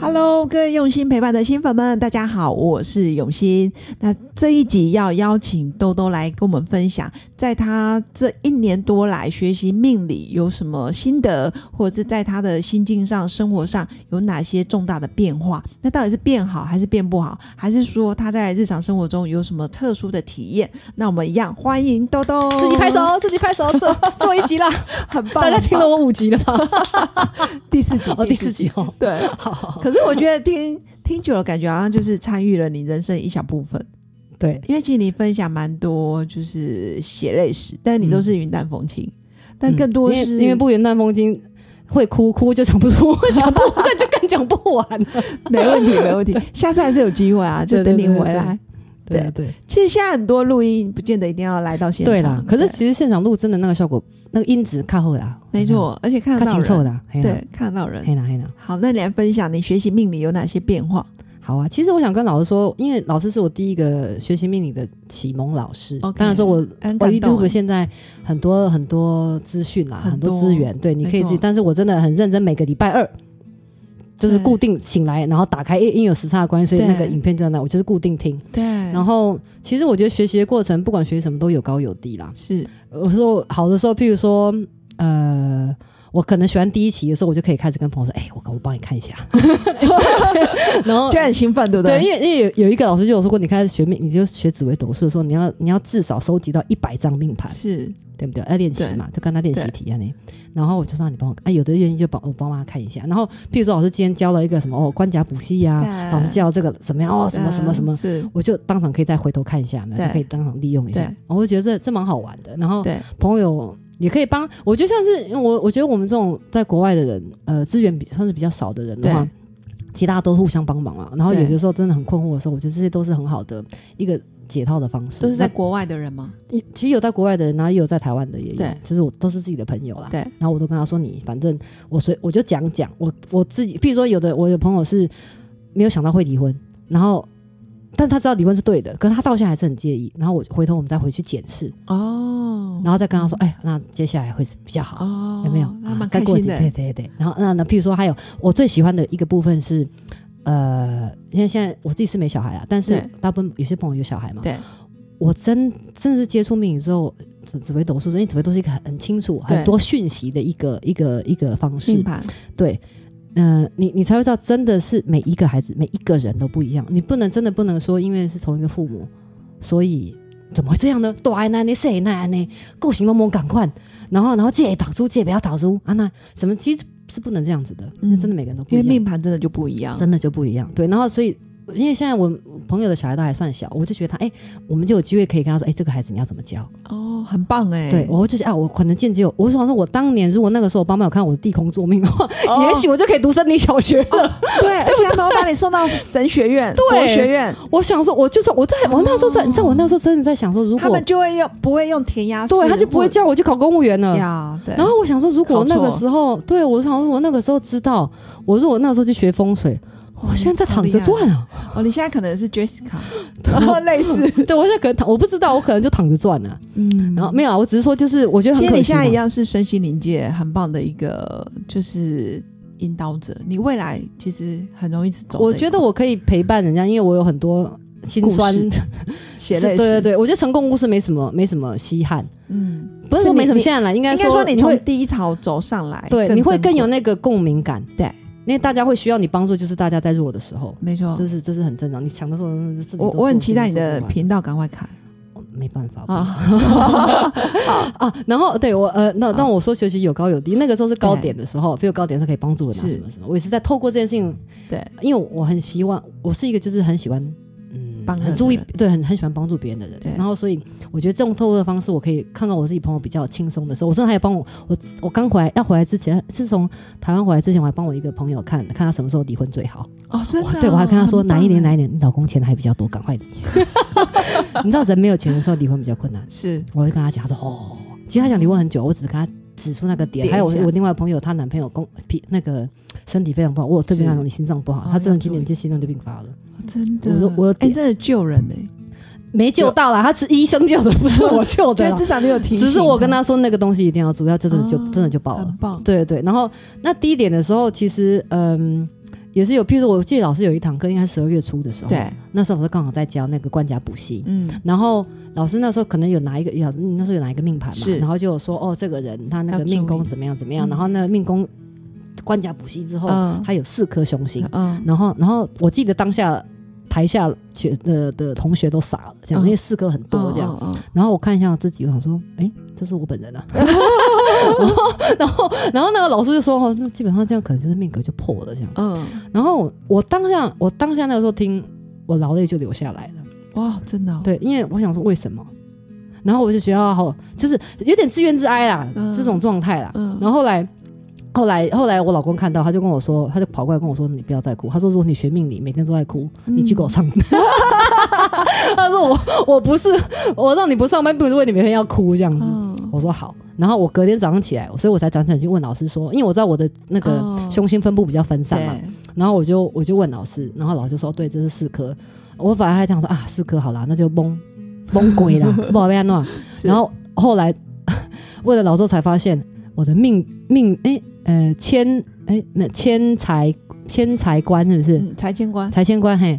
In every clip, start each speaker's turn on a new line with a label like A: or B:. A: Hello，各位用心陪伴的新粉们，大家好，我是永新。那这一集要邀请豆豆来跟我们分享，在他这一年多来学习命理有什么心得，或者是在他的心境上、生活上有哪些重大的变化？那到底是变好还是变不好，还是说他在日常生活中有什么特殊的体验？那我们一样欢迎豆豆，
B: 自己拍，手，自己拍手，做做一集啦！
A: 很棒，
B: 大家
A: 很棒
B: 听了我五集了吧？
A: 第四集，
B: 哦， 第四集哦，
A: 对。
B: 好好好，
A: 可是我觉得听听久了，感觉好像就是参与了你人生一小部分。
B: 对，
A: 因为其实你分享蛮多就是血泪史，但你都是云淡风轻，但更多
B: 嗯因
A: 是、
B: 为因为不云淡风轻。会哭，哭就讲不出， 讲不完就更讲不完了。
A: 没问题，没问 题，下次还是有机会啊，就
B: 对对
A: 等你
B: 对
A: 回来。
B: 对啊对
A: 其实现在很多录音不见得一定要来到现场，
B: 对啦，可是其实现场录真的那个效果，那个音质靠后啦，
A: 没错，而且看
B: 嘿
A: 得
B: 啦，
A: 到
B: 嗯靠清
A: 人，
B: 楚啦，嘿啦，
A: 对，看得到人。
B: 黑啦黑啦。
A: 好，那你来分享你学习命理有哪些变化
B: 好啊，其实我想跟老师说，因为老师是我第一个学习命理的启蒙老师。
A: OK
B: 当然说我
A: 很
B: 我
A: 感动啊
B: YouTube 哦现在很多很多资讯啦，
A: 很
B: 很多
A: 多
B: 资源，对，你可以自
A: 没
B: 己。
A: 错
B: 但是我真的很认真，每个礼拜二就是
A: 对
B: 固定醒来，然后打开，因因为有时差的关系，所以那个
A: 对
B: 影片就在那，我就是固定听。
A: 对，
B: 然后其实我觉得学习的过程，不管学什么都有高有低啦。
A: 是
B: 我说好的时候，譬如说，呃。我可能喜欢第一期的时候，我就可以开始跟朋友说：“哎、我我帮你看一下。” 然后
A: 就很兴奋，对不
B: 哦对，
A: 对？
B: 因为因为有有一个老师就有说过，你开始学命，你就学紫微斗数的时候，你要你要至少收集到一百张命盘，
A: 是
B: 对不对？要练习
A: 对
B: 嘛，就跟他练习题啊那。然后我就让你帮我，啊，有的愿意就帮我帮他看一下。然后譬如说老师今天教了一个什么哦关甲补息呀
A: 对，
B: 老师教这个怎么样哦什么什么什么，
A: 是，
B: 我就当场可以再回头看一下，有没有
A: 对
B: 就可以当场利用一
A: 对
B: 下。哦我就觉得这这蛮好玩的。然后
A: 对
B: 朋友。也可以帮，我觉得像是因为我，我觉得我们这种在国外的人，呃，资源比算是比较少的人的话
A: 对，
B: 其实大家都互相帮忙啊。然后
A: 对
B: 有些时候真的很困惑的时候，我觉得这些都是很好的一个解套的方式。
A: 都是在国外的人吗？
B: 那其实有在国外的人，然后也有在台湾的也有
A: 对，
B: 就是我都是自己的朋友啦。
A: 对
B: 然后我都跟他说你，反正我随我就讲讲，我我自己，譬如说有的我有朋友是没有想到会离婚，然后但他知道离婚是对的，可是他到现在还是很介意。然后我回头我们再回去检视，
A: 哦，
B: 然后再跟他说，哎，那接下来会是比较好。
A: 哦，
B: 有没有？
A: 那
B: 啊
A: 蛮
B: 该
A: 开
B: 过
A: 心
B: 几
A: 的
B: 对，对对。然后那那，譬如说还有我最喜欢的一个部分是，呃，因为现在我自己是没小孩啦，但是
A: 对
B: 大部分有些朋友有小孩嘛，
A: 对，
B: 我真真的是接触命理之后。紫紫微斗数，因为紫微斗是一个很很清楚
A: 对
B: 很多讯息的一个一个一个方式
A: 命，盘
B: 对，嗯，你你才会知道，真的是每一个孩子每一个人都不一样，你不能真的不能说，因为是同一个父母，所以怎么会这样呢？大爱那那谁那那够行了，我赶快，然后然后借也打出，借不要打出啊，那怎么其实是不能这样子的，那、
A: 嗯
B: 真的每个人都不
A: 因为
B: 一样，
A: 命盘真的就不一样，
B: 真的就不一样，对，然后所以。因为现在我朋友的小孩都还算小，我就觉得他，哎、我们就有机会可以跟他说，哎、这个孩子你要怎么教？
A: 哦，很棒哎、
B: 对，我会就觉得啊，我可能间接有，我想说，我当年如果那个时候我爸妈有看我的地空作命的话，
A: 哦
B: 也许 我就可以读森林小学了。
A: 对，而且他们会把你送到神学院、佛学院，
B: 我想说，我就算我在我那时候在，你知道我那时候真的在想说，如
A: 他
B: 果
A: 们就会用不会用填鸭式，
B: 对他就不会叫我去考公务员
A: 或
B: 了。
A: 呀，对，
B: 然后我想说，如果
A: 考
B: 我那
A: 错
B: 个时候，对我想说，我那个时候知道，我如果那时候去学风水，我现在在躺着赚 啊！
A: 哦，你现在可能是 Jessica，然后类似，
B: 对我现在可能躺，我不知道，我可能就躺着赚啊。
A: 嗯
B: 然后没有啊，我只是说，就是我觉得
A: 其
B: 很
A: 实
B: 可
A: 你
B: 惜
A: 现
B: 嘛
A: 在一。样是身心灵界很棒的一个就是引导者，你未来其实很容易是走这一块，
B: 我觉得我可以陪伴人家，因为我有很多心酸。
A: 故事
B: 是
A: 血
B: 对
A: 泪
B: 对
A: 史，
B: 对，我觉得成功故事没什么，没什么稀罕，
A: 嗯，
B: 不是说
A: 你
B: 没什么
A: 你
B: 稀罕啦，应该
A: 应该说你从
B: 会
A: 低潮走上来，
B: 对，你会
A: 珍贵
B: 更有，那个共鸣感。
A: 对，
B: 因为大家会需要你帮助，就是大家在弱的时候，
A: 没错
B: 这。是这是很正常。你强的时候，自己
A: 哦我
B: 都
A: 我很
B: 做
A: 期待你
B: 自己都
A: 的
B: 做不完
A: 频道赶快开
B: 没办法 啊
A: 啊！
B: 啊！然后对我呃，那
A: 好
B: 那我说学习有高有低，那个时候是高点的时候，比如高点是可以帮助我拿
A: 是嗯
B: 什么什么。我也是在透过这件事情，
A: 对，
B: 因为我很希望，我是一个就是很喜欢。嗯，
A: 帮人的
B: 很注意
A: 人，
B: 对，很很喜欢帮助别人的人
A: 对。
B: 然后，所以我觉得这种透过的方式，我可以看到我自己朋友比较轻松的时候。我甚至还有帮我，我我刚回来要回来之前，自从台湾回来之前，我还帮我一个朋友看看他什么时候离婚最好。
A: 哦，真的
B: 哇
A: 哦、
B: 对，我还跟他说
A: 很棒
B: 哪一年
A: 哎
B: 哪一年，你老公钱还比较多， 赶快离。你知道人没有钱的时候离婚比较困难，
A: 是
B: 我就跟他讲，他说哦，其实他想离婚很久，我只是跟他指出那个点。
A: 点一
B: 还有我
A: 下
B: 我另外朋友，她男朋友公脾那个身体非常不好，我有特别
A: 是
B: 那种你心脏不好
A: 哦，
B: 他真
A: 要
B: 的今
A: 注
B: 年
A: 意
B: 就心脏就病发了，
A: 真的，
B: 嗯我说我有
A: 哎、
B: 点
A: 真的救人呢、
B: 没救到啦，他是医生救的，不 是我救的
A: 就
B: 啦。
A: 至少你有提醒，
B: 哦啊只是我跟他说那个东西一定要注意，他真的就
A: 哦
B: 真的就爆了
A: 很。棒，
B: 对对，然后那第一点的时候，其实嗯也是有，譬如说我记得老师有一堂课，应该十二月初的时候，，
A: 对，
B: 那时候老师刚好在教那个冠甲补习，
A: 嗯，
B: 嗯然后老师那时候可能有拿一个，要那时候有拿一个命盘嘛
A: 是，
B: 然后就有说哦，这个人他那
A: 要
B: 个
A: 注意
B: 命宫怎么样怎么样，
A: 嗯
B: 然后那个命宫关甲补习之后，
A: 嗯
B: 他有四颗凶星，
A: 嗯，
B: 然后然后我记得当下台下学的的同学都傻了，这
A: 嗯
B: 样、因为四颗很多这样，
A: 嗯，嗯嗯
B: 然后我看一下我自己，我想说，哎、这是我 本人啊。然后，然后，然后那个老师就说，哦，那基本上这样可能就是命格就破了这样。
A: 嗯，
B: 然后我我当下，我当下那个时候听，我老泪就流下来了。
A: 哇，真的、哦，
B: 对，因为我想说为什么，然后我就觉得哦好，就是有点自怨自哀啦，
A: 嗯
B: 这种状态啦。
A: 嗯
B: 啊然后后来，后来，后来我老公看到，他就跟我说，他就跑过来跟我说：“你不要再哭。”他说：“如果你学命理，每天都在哭，你
A: 嗯
B: 去给 我上班。他说：“我我不是我让你不上班，不是为你每天要哭这样子。
A: 嗯，
B: 我说好，然后我隔天早上起来，所以我才转转去问老师说，因为我知道我的那个
A: 哦
B: 胸心分布比较分散嘛，
A: 对，
B: 然后我就我就问老师，然后老师说对，这是四颗。我反而还想说啊，四颗好啦，那就蒙蒙鬼 啦，不好被安弄。啊
A: 是
B: 然后后来问了老师才发现，我的命命哎呃千哎那千财千财官是不是？
A: 嗯，财经 官
B: 财千官嘿，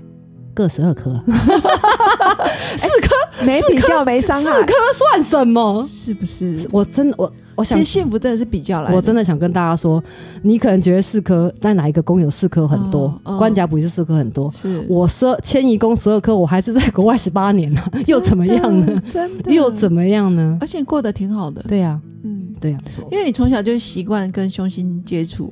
B: 各十二啊颗，四颗
A: 没比较没伤害哦
B: 四，颗算什么？
A: 是不是？
B: 我真的我我
A: 其
B: 想
A: 实幸福真的是比较来的，
B: 我真的想跟大家说，你可能觉得四颗，在哪一个宫有四颗很多
A: 嗯，嗯
B: 关甲补也是四颗很多。
A: 是
B: 我十二迁移宫十二颗，我还是在国外十八年呢、 又怎么样呢？？
A: 嗯真的
B: 又怎么样呢？
A: 而且过得挺好的，
B: 对呀、
A: 嗯，
B: 对啊呀、
A: 因为你从小就习惯跟凶星接触，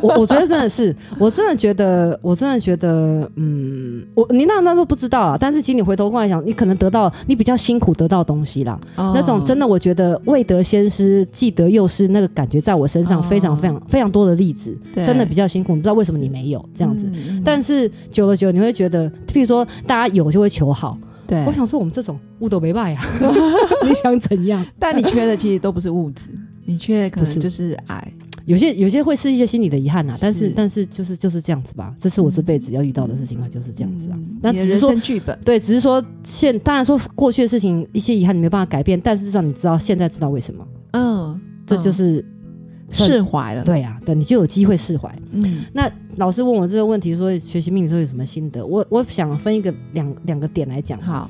B: 我我觉得真的是，我真的觉得，我真的觉得，嗯，我你那那时候不知道啊，但是请你回头过来想，你可能得到你比较辛苦得到的东西啦，
A: 哦
B: 哦那种真
A: 的
B: 的，我觉得未得先失，既得又失，那个感觉在我身上非常
A: 哦
B: 非常非常多的例子，
A: 对
B: 真的比较辛苦，你不知道为什么你没有这样子。
A: 嗯，嗯
B: 但是久了久，你会觉得，譬如说大家有就会求好，
A: 对
B: 我，想说我们这种物都没败 呀，你想怎样？
A: 但你缺的其实都不是物质，你缺的可
B: 不
A: 能
B: 是嗯
A: 就是爱，
B: 有些有些会是一些心理的遗憾啊，但是
A: 是
B: 但是就是就是这样子吧，这是我这辈子要遇到的事情啊，就是这样子啊。
A: 嗯
B: 那
A: 你的
B: 只是
A: 人
B: 说
A: 生剧 本，
B: 对，只是说现当然说过去的事情一些遗憾你没办法改变，但是至少你知道现在知道为什么，
A: 嗯，
B: 这就是、
A: 嗯释怀了，
B: 对呀、对你就有机会释怀。
A: 嗯，
B: 那老师问我这个问题说学习命理之后有什么心得，我我想分一个两两个点来讲。
A: 好，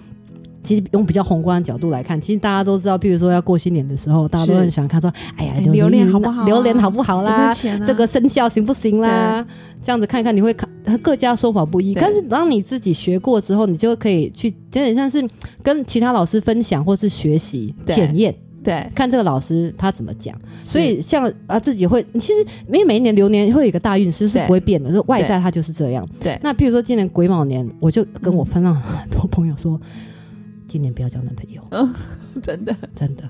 B: 其实用比较宏观的角度来看，其实大家都知道，譬如说要过新年的时候，大家都
A: 是
B: 很喜欢看说，哎呀
A: 哎，榴
B: 榴
A: 莲
B: 莲
A: 好不好啊
B: 榴莲好不好
A: 有没
B: 啦
A: 有？钱啊
B: 这个生肖行不行啦？这样子看一看，你会看各家说法不一。
A: 对
B: 但是当你自己学过之后，你就可以去有点像是跟其他老师分享，或是学习
A: 对
B: 检验，
A: 对，
B: 看这个老师他怎么讲。所以像啊自己会，其实因为每一年流年会有一个大运势是
A: 对
B: 不会变的，是外在它就是这样。
A: 对
B: 那譬如说今年癸卯年，我就跟我碰到很多朋友说，今年不要交男朋友，
A: 是 真 的，
B: 真的。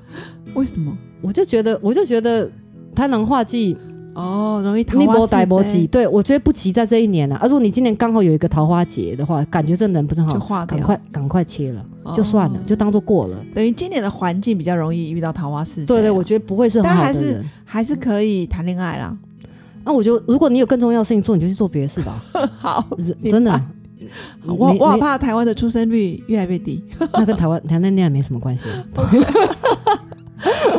A: 为什么？
B: 我就觉得，我就觉得贪婪化忌，
A: 哦，容易桃
B: 你
A: 花是
B: 波
A: 非
B: 逮波吉，对我觉得不急在这一年啊。而如果你今年刚好有一个桃花节的话，感觉这人不是很
A: 就
B: 好，
A: 化掉，
B: 哦赶快赶快切了，
A: 哦
B: 就算了，就当做过了。
A: 等于今年的环境比较容易遇到桃花是非啊，
B: 对对，我觉得不会是很好
A: 但还
B: 的
A: 是
B: 人。
A: 还是可以谈恋爱啦。
B: 那我觉得，如果你有更重要的事情做，你就去做别的事 吧。
A: 好，
B: 人
A: 明白
B: 真的，
A: 我
B: 没
A: 我好
B: 没
A: 怕台湾的出生率越来越 低。
B: 那跟台湾谈恋爱没什么关系。啊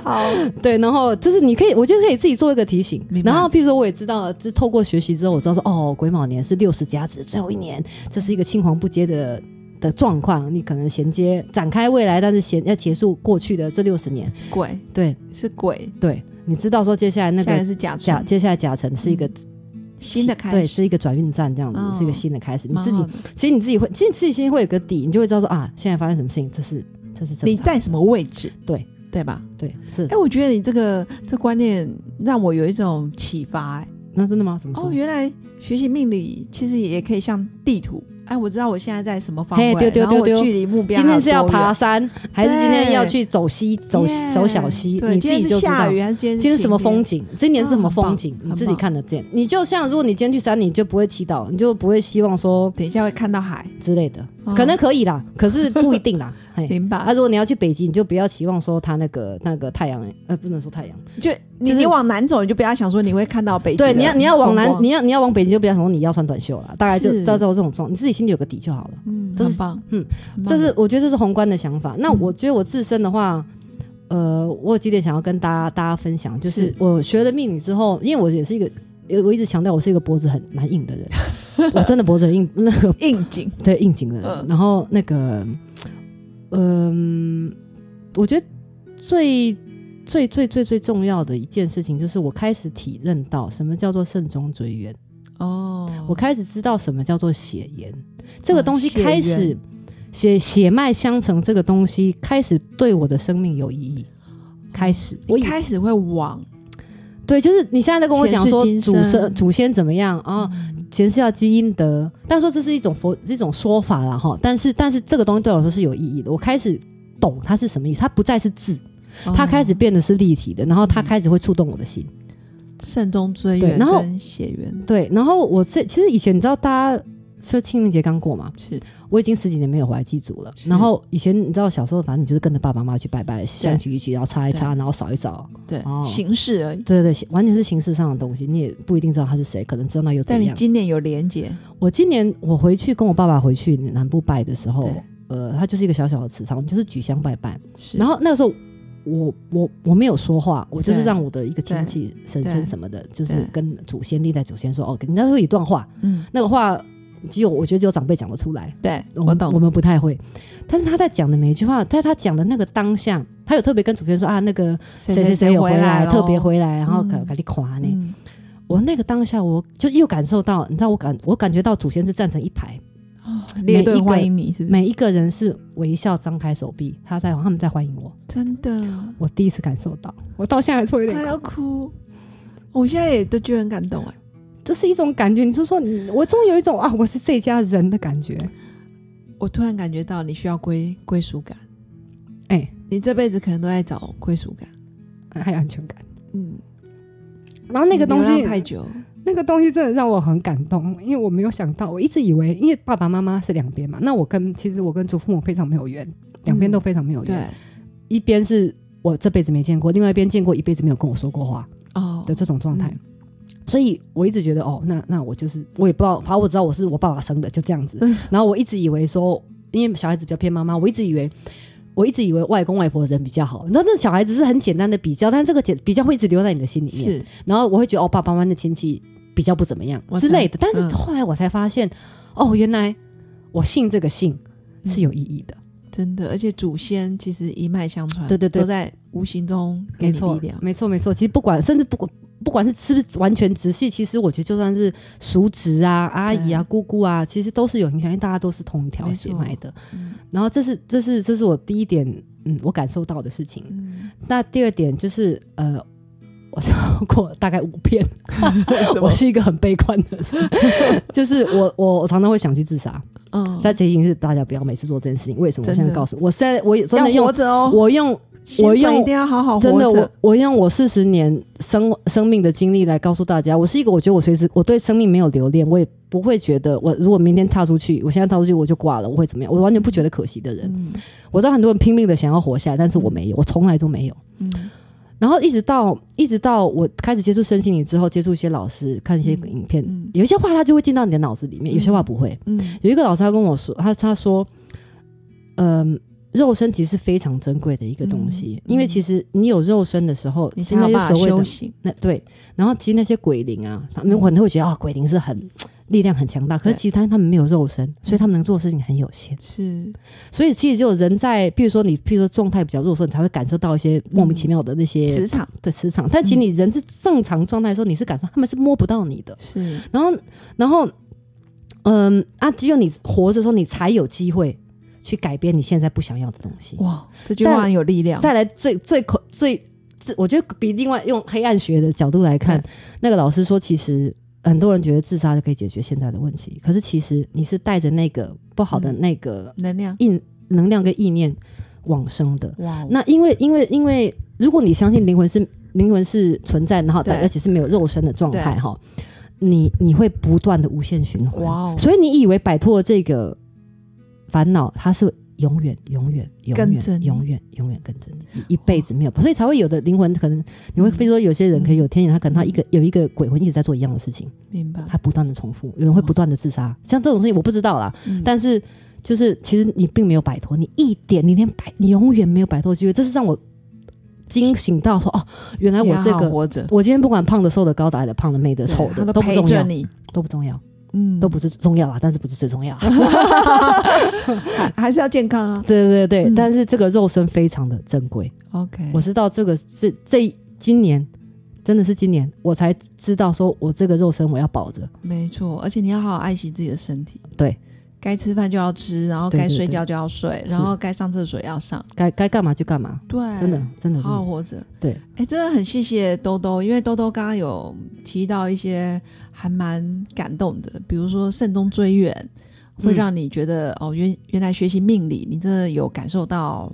A: 好，
B: 对，然后就是你可以，我觉得可以自己做一个提醒
A: 明。白
B: 然后，譬如说，我也知道，就是透过学习之后，我知道说，哦，癸卯年是六十甲子的最后一年，这是一个青黄不接的的状况。你可能衔接展开未来，但是衔要结束过去的这六十年。
A: 鬼
B: 对
A: 是鬼，
B: 对，你知道说接下来那
A: 下一
B: 个
A: 是甲
B: 甲，
A: 虫，
B: 接下来甲辰是一个
A: 新的开始，
B: 对，是一个转运站这样子，
A: 哦
B: 是一个新的开始。你
A: 蛮
B: 自
A: 好
B: 己
A: 的
B: 其实你自己会，其实自己心里会有个底，你就会知道说啊，现在发生什么事情，这是这是正
A: 你
B: 常。
A: 在什么位置？
B: 对
A: 对吧？
B: 对，这
A: 哎、我觉得你这个这观念让我有一种启发、哎，
B: 那真的吗？怎么
A: 哦，
B: 说？
A: 原来学习命理其实也可以像地图。哎，我知道我现在在什么方位，
B: 嘿丢丢
A: 然后我
B: 丢丢
A: 距离目标
B: 今天是
A: 还有
B: 要
A: 多远
B: 爬山，还是今天要去走溪、走
A: Yeah，
B: 走小溪？
A: 对
B: 你
A: 今
B: 自己
A: 天是
B: 就知道
A: 下。雨还是今天是
B: 今天什么
A: 晴天
B: 风景？今年是什么风景
A: 哦？很棒
B: 你自己看得见。你就像，如果你今天去山里，你就不会祈祷，你就不会希望说
A: 等一下会看到海，
B: 之类的。
A: 哦
B: 可能可以啦，可是不 一定啦。嘿
A: 明白
B: 啊，如果你要去北极，你就不要期望说它那个那个太阳，呃，不能说太阳，
A: 就你
B: 就是
A: 你往南走，你就不要想说你会看到北极的
B: 对，你要你要往
A: 风
B: 南，
A: 光
B: 你要你要往北极，就不要想说你要穿短袖了，大概就是到时候这种状，你自己心里有个底就好了。
A: 嗯，
B: 这是
A: 很棒，
B: 嗯
A: 很棒，
B: 这是我觉得这是宏观的想法。那我觉得我自身的话，呃，我有几点想要跟大家大家分享，就是
A: 是
B: 我学了命理之后，因为我也是一个，呃我一直强调我是一个脖子很蛮硬的人，我真的脖子很硬，那个
A: 应景，
B: 对应景的人。
A: 嗯
B: 然后那个，嗯、我觉得最最最最最重要的一件事情，就是我开始体认到什么叫做慎终追远。
A: 哦，
B: 我开始知道什么叫做血缘，这个东西
A: 啊血缘
B: 开始血血脉相承，这个东西开始对我的生命有意义。开始，我
A: 我
B: 以哦
A: 一开始会往
B: 对，就是你现在在跟我讲说
A: 前世今
B: 祖
A: 生
B: 生祖先怎么样啊？前世要积阴德，但说这是一种佛一种说法啦哈。但是但是这个东西对我来说是有意义的，我开始懂它是什么意思，它不再是字，
A: 哦
B: 它开始变得是立体的，然后它
A: 嗯
B: 开始会触动我的心。
A: 慎终追
B: 对
A: 远
B: 然后
A: 跟血缘
B: 对，然后我这其实以前你知道大家说清明节刚过嘛，
A: 是
B: 我已经十几年没有回来祭祖了。
A: 是
B: 然后以前你知道小时候，反正你就是跟着爸爸妈妈去拜拜，香举一举，然后擦一擦，然后扫一扫。
A: 对
B: 哦
A: 形式而已，
B: 对对对，完全是形式上的东西，你也不一定知道他是谁，可能知道那又
A: 但
B: 怎
A: 你
B: 样。
A: 今年有连结，
B: 我今年我回去跟我爸爸回去南部拜的时候
A: 对，
B: 呃，它就是一个小小的祠堂，就是举香拜拜。
A: 是
B: 然后那个时候。我我我没有说话，我就是
A: 对
B: 让我的一个亲
A: 对
B: 戚婶婶
A: 对
B: 什么的，就是
A: 对
B: 跟祖先历代祖先说哦，人家会有一段话，
A: 嗯，
B: 那个话只有我觉得只有长辈讲得出来，
A: 对
B: 们
A: 我懂
B: 我，们不太会。但是他在讲的每一句话，在他讲的那个当下，他有特别跟主持人说啊，那个
A: 谁
B: 谁谁谁有回来，
A: 咯
B: 特别回来，然后
A: 嗯
B: 赶赶紧夸呢。
A: 嗯
B: 我那个当下，我就又感受到，你知道，我感我感觉到祖先是站成一排，
A: 哦列
B: 每
A: 队
B: 一个
A: 欢迎你，是不是？
B: 每一个人是微笑张开手臂，他在他们在欢迎我。
A: 真的，
B: 我第一次感受到，我到现在还是会有
A: 他
B: 点，
A: 要哭，我现在也都觉得很感动哎。
B: 这是一种感觉。你是说你，我终于有一种啊，我是这家人的感觉。
A: 我突然感觉到你需要归归属感，
B: 哎
A: 你这辈子可能都在找归属感。
B: 还有安全感，
A: 嗯，
B: 然后那
A: 你
B: 个
A: 流
B: 东
A: 浪
B: 西
A: 太久，
B: 那个东西真的让我很感动，因为我没有想到，我一直以为，因为爸爸妈妈是两边嘛，那我跟其实我跟祖父母非常没有缘，两边都非常没有缘，
A: 嗯对
B: 一边是我这辈子没见过，另外一边见过一辈子没有跟我说过话
A: 哦
B: 的这种状态。所以我一直觉得，哦，那那我就是我也不知道，反正我知道我是我爸爸生的，就这样子。
A: 嗯
B: 然后我一直以为说，因为小孩子比较偏妈妈，我一直以为，我一直以为外公外婆人比较好。你知道，那小孩子是很简单的比较，但这个简比较会一直留在你的心里面。
A: 是
B: 然后我会觉得哦，爸爸妈妈的亲戚比较不怎么样
A: 我
B: 之类的。但
A: 懂
B: 是
A: 嗯
B: 后来我才发现，哦，原来我信这个信是有意义的。
A: 真的，而且祖先其实一脉相传，
B: 对对对
A: 都在无形中给
B: 没
A: 你力
B: 错
A: 量，。
B: 没错，没错。其实不管，甚至不管。不管是是不是完全直系，其实我觉得就算是叔侄啊、阿姨啊、姑姑啊，其实都是有影响，因为大家都是同一条
A: 没
B: 血
A: 错
B: 脉的。
A: 嗯
B: 然后这是这是这是我第一点，嗯，我感受到的事情。
A: 嗯，
B: 那第二点就是，呃，我超过大概五遍， 我是一个很悲观的人， 就是我我我常常会想去自杀。
A: 嗯
B: 在提醒是大家不要每次做这件事情。为什么？我
A: 真的
B: 现在告诉我，现在我也真的
A: 要
B: 用
A: 活，着哦，
B: 我用
A: 心
B: 我
A: 肺
B: 用
A: 一定要好好活着，
B: 真的我我用我四十年生生命的经历来告诉大家，我是一个我觉得我随时我对生命没有留恋，我也不会觉得我如果明天踏出去，我现在踏出去我就挂了，我会怎么样？我完全不觉得可惜的人。
A: 嗯
B: 我知道很多人拼命的想要活下来，但是我没有，我从来都没有。
A: 嗯
B: 然后一直到一直到我开始接触身心灵之后，接触一些老师，看一些
A: 嗯
B: 影片，
A: 嗯
B: 有一些话他就会进到你的脑子里面，有些话不会。
A: 嗯
B: 有一个老师他跟我说，他他说，嗯、肉身其实是非常珍贵的一个东西，
A: 嗯
B: 因为其实你有肉身的时候，
A: 你
B: 其实
A: 才
B: 那
A: 有办
B: 些
A: 法
B: 所谓
A: 修
B: 的
A: 行，
B: 那对，然后其实那些鬼灵啊，他们可能会觉得啊、鬼灵是很力量很强大，可是
A: 对嗯
B: 其实他他们没有肉身，所以他们能做的事情很有限。
A: 是
B: 所以其实只有人在，譬如说你，譬如说状态比较弱的时候，你才会感受到一些莫名其妙的那些、
A: 磁场
B: 对磁场。但其实你人是正常状态的时候，你是感受他们是摸不到你的。
A: 是
B: 然后，然后，嗯啊，只有你活着的时候，你才有机会去改变你现在不想要的东西。
A: 哇，这句
B: 再
A: 话很有力量，
B: 再来最最口最，最我觉得比另外用黑暗学的角度来看
A: 对，
B: 那个老师说，其实很多人觉得自杀就可以解决现在的问题，可是其实你是带着那个不好的
A: 嗯
B: 那个
A: 能量
B: 意能量跟意念往生的。
A: 哇哦，
B: 那因为因为因为，如果你相信灵魂是灵魂是存在，然后但
A: 对
B: 而且是没有肉身的状态
A: 对
B: 哈，你你会不断的无限循环。
A: 哇哦
B: 所以你以为摆脱了这个烦恼它是永远、永远、永
A: 跟着
B: 远、
A: 你
B: 永远、永远跟着你，一一辈子没有，所以才会有的灵魂可能你会，比如说有些人可以有天眼，他可能他一个有一个鬼魂一直在做一样的事情，
A: 明白。
B: 他不断的重复，有人会不断的自杀，像这种事情我不知道啦，
A: 嗯
B: 但是就是其实你并没有摆脱，你一点，你连摆，你永远没有摆脱的机会，这是让我惊醒到说哦，原来我
A: 也
B: 这
A: 好
B: 个
A: 活着，
B: 我今天不管胖的、瘦的、高的、矮的、胖的、妹的、
A: 对
B: 丑
A: 他都
B: 的都不
A: 陪
B: 重
A: 着
B: 要，
A: 你，
B: 都不重要，
A: 嗯，
B: 都不是重要啦，但是不是最 重要。
A: 还还是要健康啊。
B: 对对对，
A: 嗯
B: 但是这个肉身非常的珍贵，
A: OK，
B: 我是到这个这这今年真的是今年我才知道，说我这个肉身我要保着。
A: 没错，而且你要好好爱惜自己的身体。
B: 对，
A: 该吃饭就要吃，然后
B: 对
A: 该
B: 对
A: 睡
B: 对
A: 觉就要睡，
B: 是
A: 然后该上厕所也要上。
B: 该该干嘛就干嘛，
A: 对，
B: 真的真的真
A: 好好
B: 的，
A: 活着。
B: 嗯对，
A: 哎，真的很谢谢兜兜，因为兜兜刚刚有提到一些还蛮感动的，比如说慎终追远，会
B: 嗯
A: 让你觉得、哦，原原来学习命理，你真的有感受到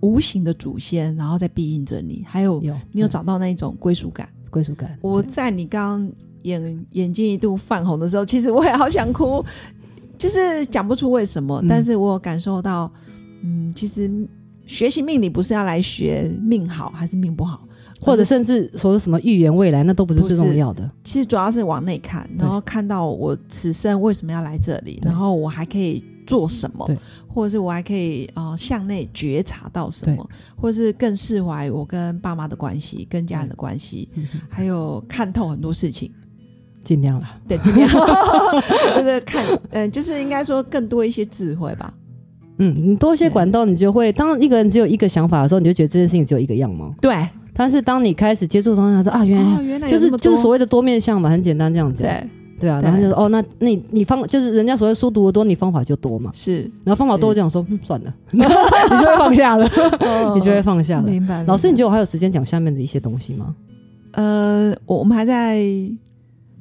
A: 无形的祖先，然后在庇应着你，还有
B: 有
A: 你有
B: 嗯
A: 找到那一种归属感。
B: 归属感。
A: 我
B: 对
A: 在你刚刚眼眼睛一度泛红的时候，其实我也好想哭，就是讲不出为什么，
B: 嗯
A: 但是我有感受到，嗯，其实学习命理不是要来学命好还是命不好，
B: 或者
A: 而是
B: 甚至说什么预言未来，那都不是
A: 不是
B: 最重要的。
A: 其实主要是往内看，
B: 对
A: 然后看到我此生为什么要来这里，
B: 对
A: 然后我还可以做什么
B: 对，
A: 或者是我还可以呃向内觉察到什么，或者是更释怀我跟爸妈的关系、跟家人的关系，
B: 嗯哼
A: 还有看透很多事情。
B: 尽量啦，
A: 对，尽量 就是看，嗯、就是应该说更多一些智慧吧。
B: 嗯，你多一些管道，你就会。当一个人只有一个想法的时候，你就觉得这件事情只有一个样貌。
A: 对，
B: 但是当你开始接触东西，他说啊，原
A: 哦，
B: 来
A: 原来有
B: 就是
A: 这么多
B: 就是所谓的多面相嘛，很简单这样讲。
A: 对，
B: 对啊，
A: 对
B: 然后就说哦，那那你你方就是人家所谓书读的多，你方法就多嘛。
A: 是，
B: 然后方法多就想说，嗯，算了， 你就会放下了， 哦你就会放下了。
A: 明白。
B: 老师，
A: 明
B: 你
A: 白
B: 觉得我还有时间讲下面的一些东西吗？
A: 呃，我我们还在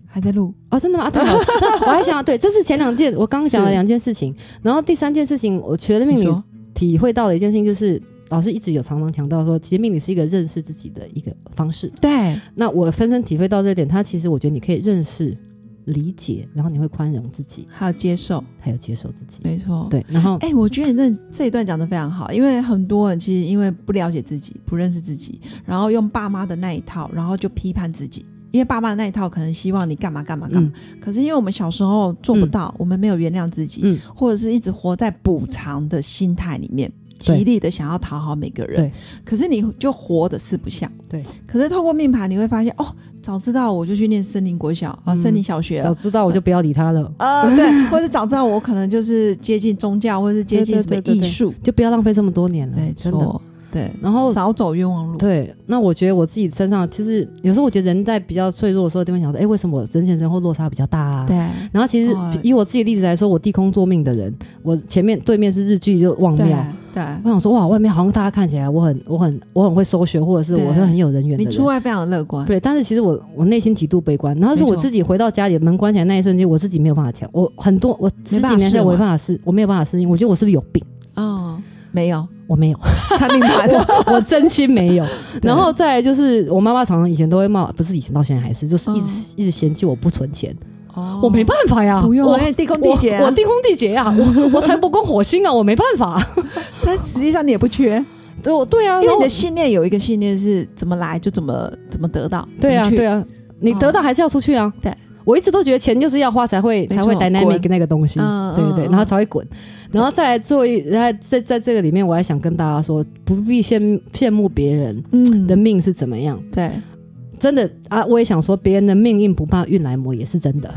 A: 还在录，
B: 哦，真的吗？啊，太好了！那我还想要对，这是前两件，我刚刚讲了
A: 是
B: 两件事情，然后第三件事情，我觉得命
A: 你
B: 理
A: 说
B: 体会到的一件事情就是，老师一直有常常强调说，其实命理是一个认识自己的一个方式。
A: 对，
B: 那我深深体会到这一点，它其实我觉得你可以认识、理解，然后你会宽容自己，
A: 还有接受，
B: 还有接受自己。
A: 没错。
B: 对，然后
A: 嗯哎、我觉得你这这一段讲的非常好，因为很多人其实因为不了解自己、不认识自己，然后用爸妈的那一套，然后就批判自己。因为爸妈的那一套可能希望你干嘛干嘛干
B: 嗯
A: 嘛，可是因为我们小时候做不到，我们没有原谅自己，
B: 嗯
A: 或者是一直活在补偿的心态里面，极力的想要讨好每个人
B: 对，
A: 可是你就活的四不像。
B: 对，
A: 可是透过命盘你会发现，哦，早知道我就去念森林国小啊，
B: 嗯
A: 森林小学
B: 早
A: 了。
B: 知道我就不要理他了，
A: 呃， 对，或者早知道我可能就是接近宗教，或者是接近
B: 对对
A: 什么
B: 对对
A: 艺
B: 对
A: 术，
B: 就不要浪费这么多年了。
A: 没
B: 真的。
A: 错，对，
B: 然后
A: 少走冤枉路，
B: 对，那我觉得我自己身上，其实有时候我觉得人在比较脆弱的时候，就会想说，哎，为什么我人前人后落差比较大啊？
A: 对
B: 然后其实
A: 哦
B: 以我自己例子来说，我地空坐命的人，我前面对面是日剧就忘
A: 对啊
B: 庙。
A: 对
B: 我想说，哇，外面好像大家看起来我很我很我很会搜学，或者是
A: 对
B: 我是很有人缘的
A: 你出
B: 人。
A: 外非常乐观，
B: 对，但是其实我我内心极度悲观，然后是
A: 没
B: 我
A: 错
B: 自己回到家里门关起来那一瞬间，我自己没有办法调，我很多我
A: 没
B: 十几
A: 办法适
B: 年下来我没
A: 应
B: 办法适，我没有办法适应，我觉得我是不是有病？
A: 哦，没有，
B: 我没有，
A: 看命盘，
B: 我真心没有。
A: 对
B: 然后再来就是我妈妈常常以前都会骂，不是以前到现在还是，就是一直、
A: 嗯
B: 一直嫌弃我不存钱，
A: 哦
B: 我没办法呀，
A: 不用，
B: 我
A: 因为地空地劫啊
B: 我我地空地劫呀，我我才不跟火星啊，我没办 法。
A: 但实际上你也不缺，
B: 对，我对啊，
A: 因
B: 然
A: 为
B: 后
A: 你的信念有一个信念是怎么来就怎么怎么得到，
B: 对啊
A: 怎么去哦
B: 对啊，你得到还是要出去啊。
A: 对。
B: 我一直都觉得钱就是要花才会
A: 没
B: 才
A: 错
B: 会
A: 滚
B: dynamic 那个东西，
A: 嗯
B: 对对对，
A: 嗯
B: 然后
A: 嗯
B: 才会滚，然后再来做一，然后在在这个里面，我还想跟大家说，不必羡慕羡慕别人
A: 嗯
B: 的命是怎么样，
A: 对，
B: 真的啊，我也想说，别人的命硬不怕运来磨，也是真的。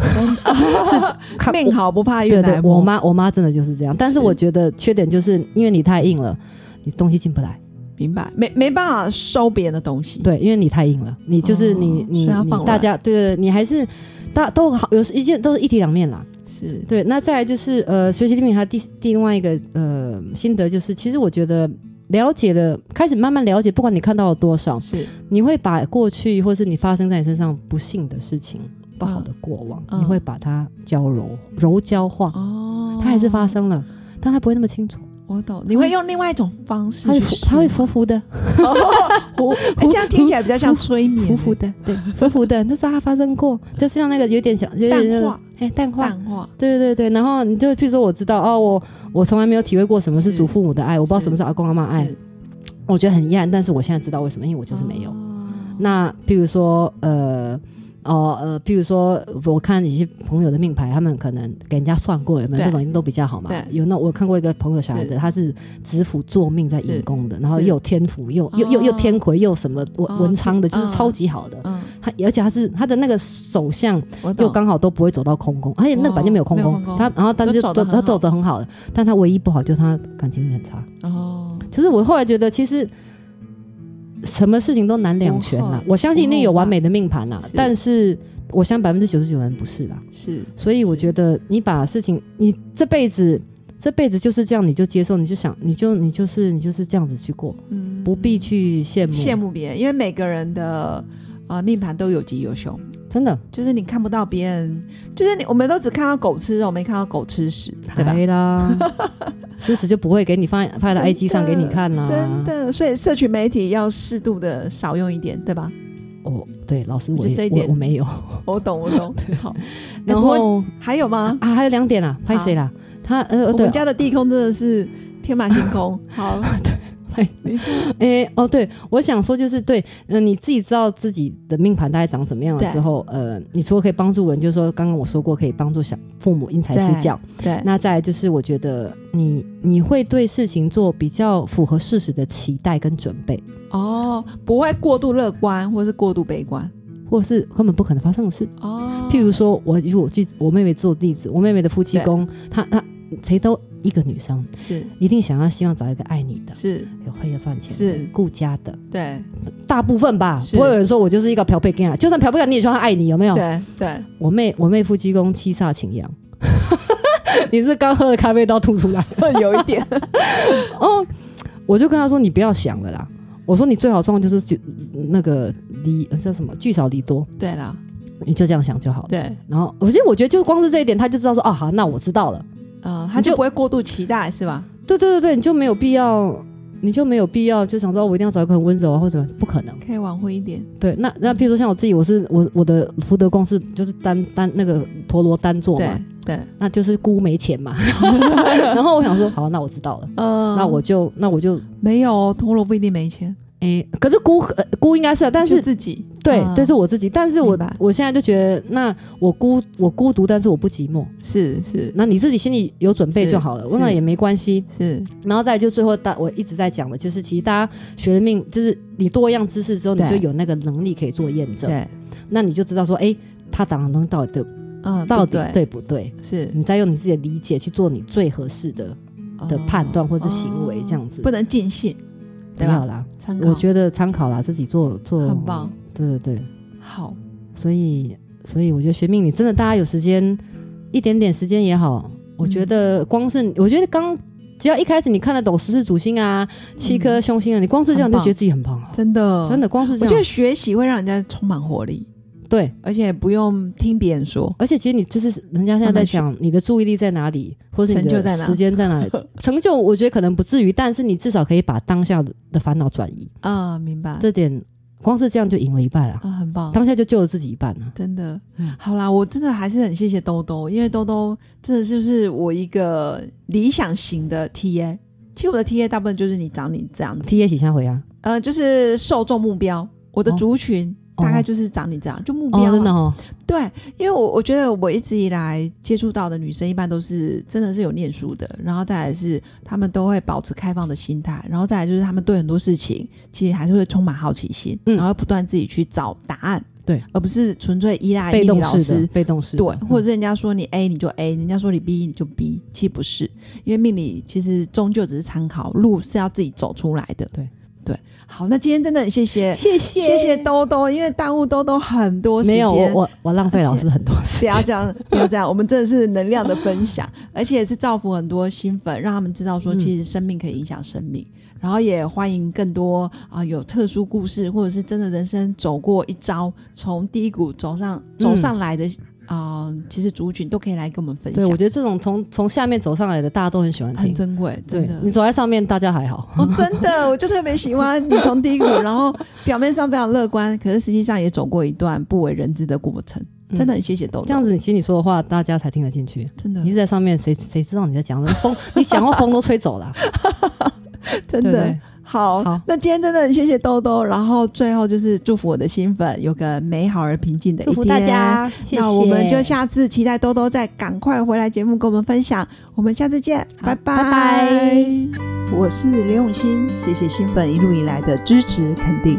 B: 看
A: 命好不怕
B: 对
A: 运
B: 对
A: 来，
B: 我
A: 磨，
B: 妈我妈真的就是这样，但是
A: 是
B: 我觉得缺点就是因为你太硬了，你东西进不来。
A: 明白？没没办法收别人的东西，
B: 对，因为你太硬了，你就是你、
A: 哦
B: 你
A: 所以要
B: 你
A: 放软
B: 大家对对，对你还是大都好，有时一件都是一体两面啦。
A: 是
B: 对，那再来就是呃，学习里面还有第另外一个呃心得就是，其实我觉得了解了，开始慢慢了解，不管你看到了多少，
A: 是，
B: 你会把过去或是你发生在你身上不幸的事情、不好的过往，
A: 嗯
B: 你会把它交柔柔焦化，
A: 哦
B: 它还是发生了，但它不会那么清楚。
A: 我懂，
C: 你会用另外一种方式
B: 它会
C: 去
B: 浮
C: 吸
B: 它会
C: 吗
B: 浮浮的，
C: 糊，哎这样听起来比较像催眠、
B: 浮浮的，对，浮浮的，那是它发生过，就是像那个有点小，有点那
C: 淡
B: 个
C: 化，
B: 哎，淡化，
C: 淡化，
B: 对对对，然后你就譬如说，我知道哦，我我从来没有体会过什么是
A: 是
B: 祖父母的爱，我不知道
A: 是
B: 什么是阿公阿妈爱
A: 是，
B: 我觉得很遗憾，但是我现在知道为什么，因为我哎就是没有。
A: 哦
B: 那譬如说，呃，哦呃，譬如说，我看一些朋友的命牌，他们可能给人家算过有没
A: 对
B: 有这种一定都比较好嘛
A: 对。
B: 有那我看过一个朋友小孩的，
A: 是
B: 他是子府坐命在引宫的，然后
A: 是
B: 又有天府，又又又又
A: 哦
B: 天魁，又什么
A: 哦
B: 文文昌的，
A: 天
B: 就
A: 嗯
B: 是超级好的。
A: 嗯，
B: 他而且他是他的那个手相
A: 我
B: 又
A: 懂，
B: 刚好都不会走到空宫，而且那个
A: 哇
B: 本来就没有空
A: 没有
B: 宫
A: 空，宫
B: 他然后但是
A: 都
B: 就
A: 走得很
B: 他
A: 好
B: 走得很好的，但他唯一不好就是他感情运很差。
A: 哦，
B: 其实我后来觉得，其实什么事情都难两全
A: 无
B: 啦
A: 后。
B: 我相信一定有完美的命盘啦啊
A: 是，
B: 但是我相信百分之九十九的人不是啦。
A: 是
B: 所以我觉得你把事情，你这辈子这辈子就是这样，你就接受，你就想，你就你就是你就是这样子去过，
A: 嗯
B: 不必去羡慕。
C: 羡慕别人，因为每个人的呃命盘都有吉有凶，
B: 真的，
C: 就是你看不到别人，就是你我们都只看到狗吃肉，没看到狗吃屎，对吧？
B: 来啦，吃屎就不会给你放放在 IG 上给你看啊啦。
C: 真的，所以社群媒体要适度的少用一点，对 吧？
B: 哦，对，老师
A: 我
B: 我
A: 觉得这
B: 也
A: 一
B: 我
A: 点
B: 我没有。
C: 我懂，我懂。好，哎
B: 然
C: 不过
B: 后
C: 还有吗？
B: 啊，还有两点啊，拍谁啦？他呃，
C: 我
B: 对
C: 们，家的地空真的是天马行 空。好，
B: 对，
C: 没事。
B: 哎，哦，对，我想说就是对，嗯，你自己知道自己的命盘大概长什么样
A: 对
B: 了之后，呃，你除了可以帮助人，就是说刚刚我说过可以帮助小父母因材施教，
A: 对，
B: 那再来就是我觉得你你会对事情做比较符合事实的期待跟准备，
C: 哦，不会过度乐观或是过度悲观。
B: 或是根本不可能发生的事。
A: 哦，
B: 譬如说，我以我自己我妹妹做例子，我妹妹的夫妻
A: 对
B: 宫，她她谁都一个女生，
A: 是
B: 一定想要希望找一个爱你的，
A: 是，
B: 有会要赚钱的，
A: 是
B: 顾家的，
A: 对
B: 大部分吧，
A: 是
B: 不会有人说我就是一个嫖配干啊，就算嫖配干，你也希望他爱你，有没有？
A: 对对，
B: 我妹我妹夫妻宫七煞擎羊。 你是刚喝的咖啡都要吐出来
C: 有一 点，
B: 哦，我就跟他说你不要想了啦，我说你最好状况就是聚那个离呃叫什么聚少离多，
A: 对啦，
B: 你就这样想就好了。
A: 对，
B: 然后我其实我觉得就是光是这一点，他就知道说哦好，那我知道了。
A: 啊，
C: 呃他
A: 他
C: 就
A: 就
C: 不会过度期待，是吧？
B: 对对对对，你就没有必要，你就没有必要就想说哦我一定要找一个很温柔啊或者不可能。
A: 可以挽回一点，
B: 对，那那譬如说像我自己，我是我我的福德宫是就是单单那个陀螺单座
A: 对
B: 嘛，
A: 对，
B: 那就是姑没钱嘛。然后我想说，好，那我知道了，
C: 嗯
B: 那我就那我就
C: 没有哦陀螺不一定没钱，
B: 诶、可是姑、呃、姑应该是啊，但
C: 就是自己
B: 对
C: 嗯，
B: 这是我自己，但是我
C: 明白
B: 我现在就觉得，那我孤我孤独，但是我不寂寞。
A: 是是
B: 那你自己心里有准备就好了
A: 是，
B: 那也没关系。
A: 是，
B: 然后再来就最后大我一直在讲的，就是其实大家学了命，就是你多样知识之后，你
A: 对
B: 就有那个能力可以做验证，
A: 对，
B: 那你就知道说，诶，他讲的东西到底对
A: 嗯，
B: 到底
A: 对不对
B: 对不对？
A: 是
B: 你再用你自己的理解去做你最合适的的
A: 哦
B: 判断或是行为，这样子。
C: 不能尽信。
B: 不
A: 对吧
B: 要啦，
A: 参考，
B: 我觉得参考啦，自己做做
A: 很棒。
B: 对对对，
A: 好，
B: 所以所以我觉得学命理真的，大家有时间一点点时间也好，我觉
A: 嗯
B: 得光是我觉得刚只要一开始你看得懂十四主星啊、
A: 嗯
B: 七颗凶星啊，你光是这样
A: 很
B: 你就
A: 棒
B: 觉得自己很棒啊，
A: 真的
B: 真，的光是
A: 哦我
B: 这
A: 觉得
B: 样，
A: 学习会让人家充满活力，
B: 对。
A: 而且不用听别人说，
B: 而且其实你就是人家现在在讲你的注意力在哪里，或者是你
A: 成就在哪
B: 的时间在哪里，成就我觉得可能不至于，但是你至少可以把当下的烦恼转移，
A: 啊，明白，
B: 这点光是这样就赢了一半啊，
A: 啊，很棒。
B: 当下就救了自己一半啊。
A: 真的
B: 嗯，
A: 好啦，我真的还是很谢谢兜兜，因为兜兜真的就是我一个理想型的 TA。其实我的 TA 大部分就是你长你这样子，
B: T A 喜下回啊，
A: 呃，就是受众目标，我的
B: 哦
A: 族群
B: 哦
A: 大概就是长你这样，就目
B: 哦，
A: 标啊
B: 真的
A: 嘛。
B: 哦，
A: 对，因为我我觉得我一直以来接触到的女生，一般都是真的是有念书的，然后再来是她们都会保持开放的心态，然后再来就是她们对很多事情其实还是会充满好奇心，
B: 嗯
A: 然后不断自己去找答案，
B: 对，
A: 而不是纯粹依赖
B: 被
A: 命理
B: 动
A: 老
B: 式
A: 师
B: 的，。被动式的，嗯
A: 对，或者
B: 者
A: 是人家说你 A 你就 A，人家说你 B 你就 B，其实不是，因为命理其实终究只是参考，路是要自己走出来的。
B: 对
A: 对，好，那今天真的很谢谢，
B: 谢
A: 谢谢兜兜，因为耽误兜兜很多时
B: 没
A: 间。
B: 有我我我浪费老师很多时
A: 不
B: 间
A: 要，这样，不要这样，我们真的是能量的分享，而且也是造福很多新粉，让他们知道说，
B: 嗯
A: 其实生命可以影响生命。然后也欢迎更多啊、有特殊故事，或者是真的人生走过一遭，从低谷走上走上来的
D: 啊、其实族群都可以来跟我们分
B: 对，
D: 享
B: 我，觉得这种从从下面走上来的，大家都很喜欢
A: 很
B: 听。
A: 珍贵，啊真
B: 对
A: 的
B: 你。走在上面，大家还好。
D: 哦，真的，我就特别喜欢你从低谷，然后表面上非常乐观，可是实际上也走过一段不为人知的过程，真的很谢谢豆豆。
B: 这样子，你心里说的话，大家才听得进去。
D: 真的
A: 嗯
B: 你一直在上面，谁谁知道你在讲什么？风，你讲话风都吹走了，啊
D: 真
B: 对不
D: 的
B: 对？
D: 好
B: 好
D: 那今天真的很谢谢豆豆，然后最后就是祝福我的新粉有个美好而平静的一天。
B: 祝福大。家，谢谢。
D: 那我们就下次期待豆豆再赶快回来节目跟我们分享。我们下次见，
B: 好
D: 拜拜。
B: 拜拜
A: 我是刘永新，谢谢新粉一路以来的支持肯定。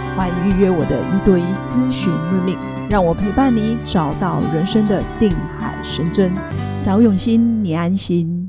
A: 欢迎预约我的一对一咨询任命，让我陪伴你找到人生的定海神针。找永新，你安心。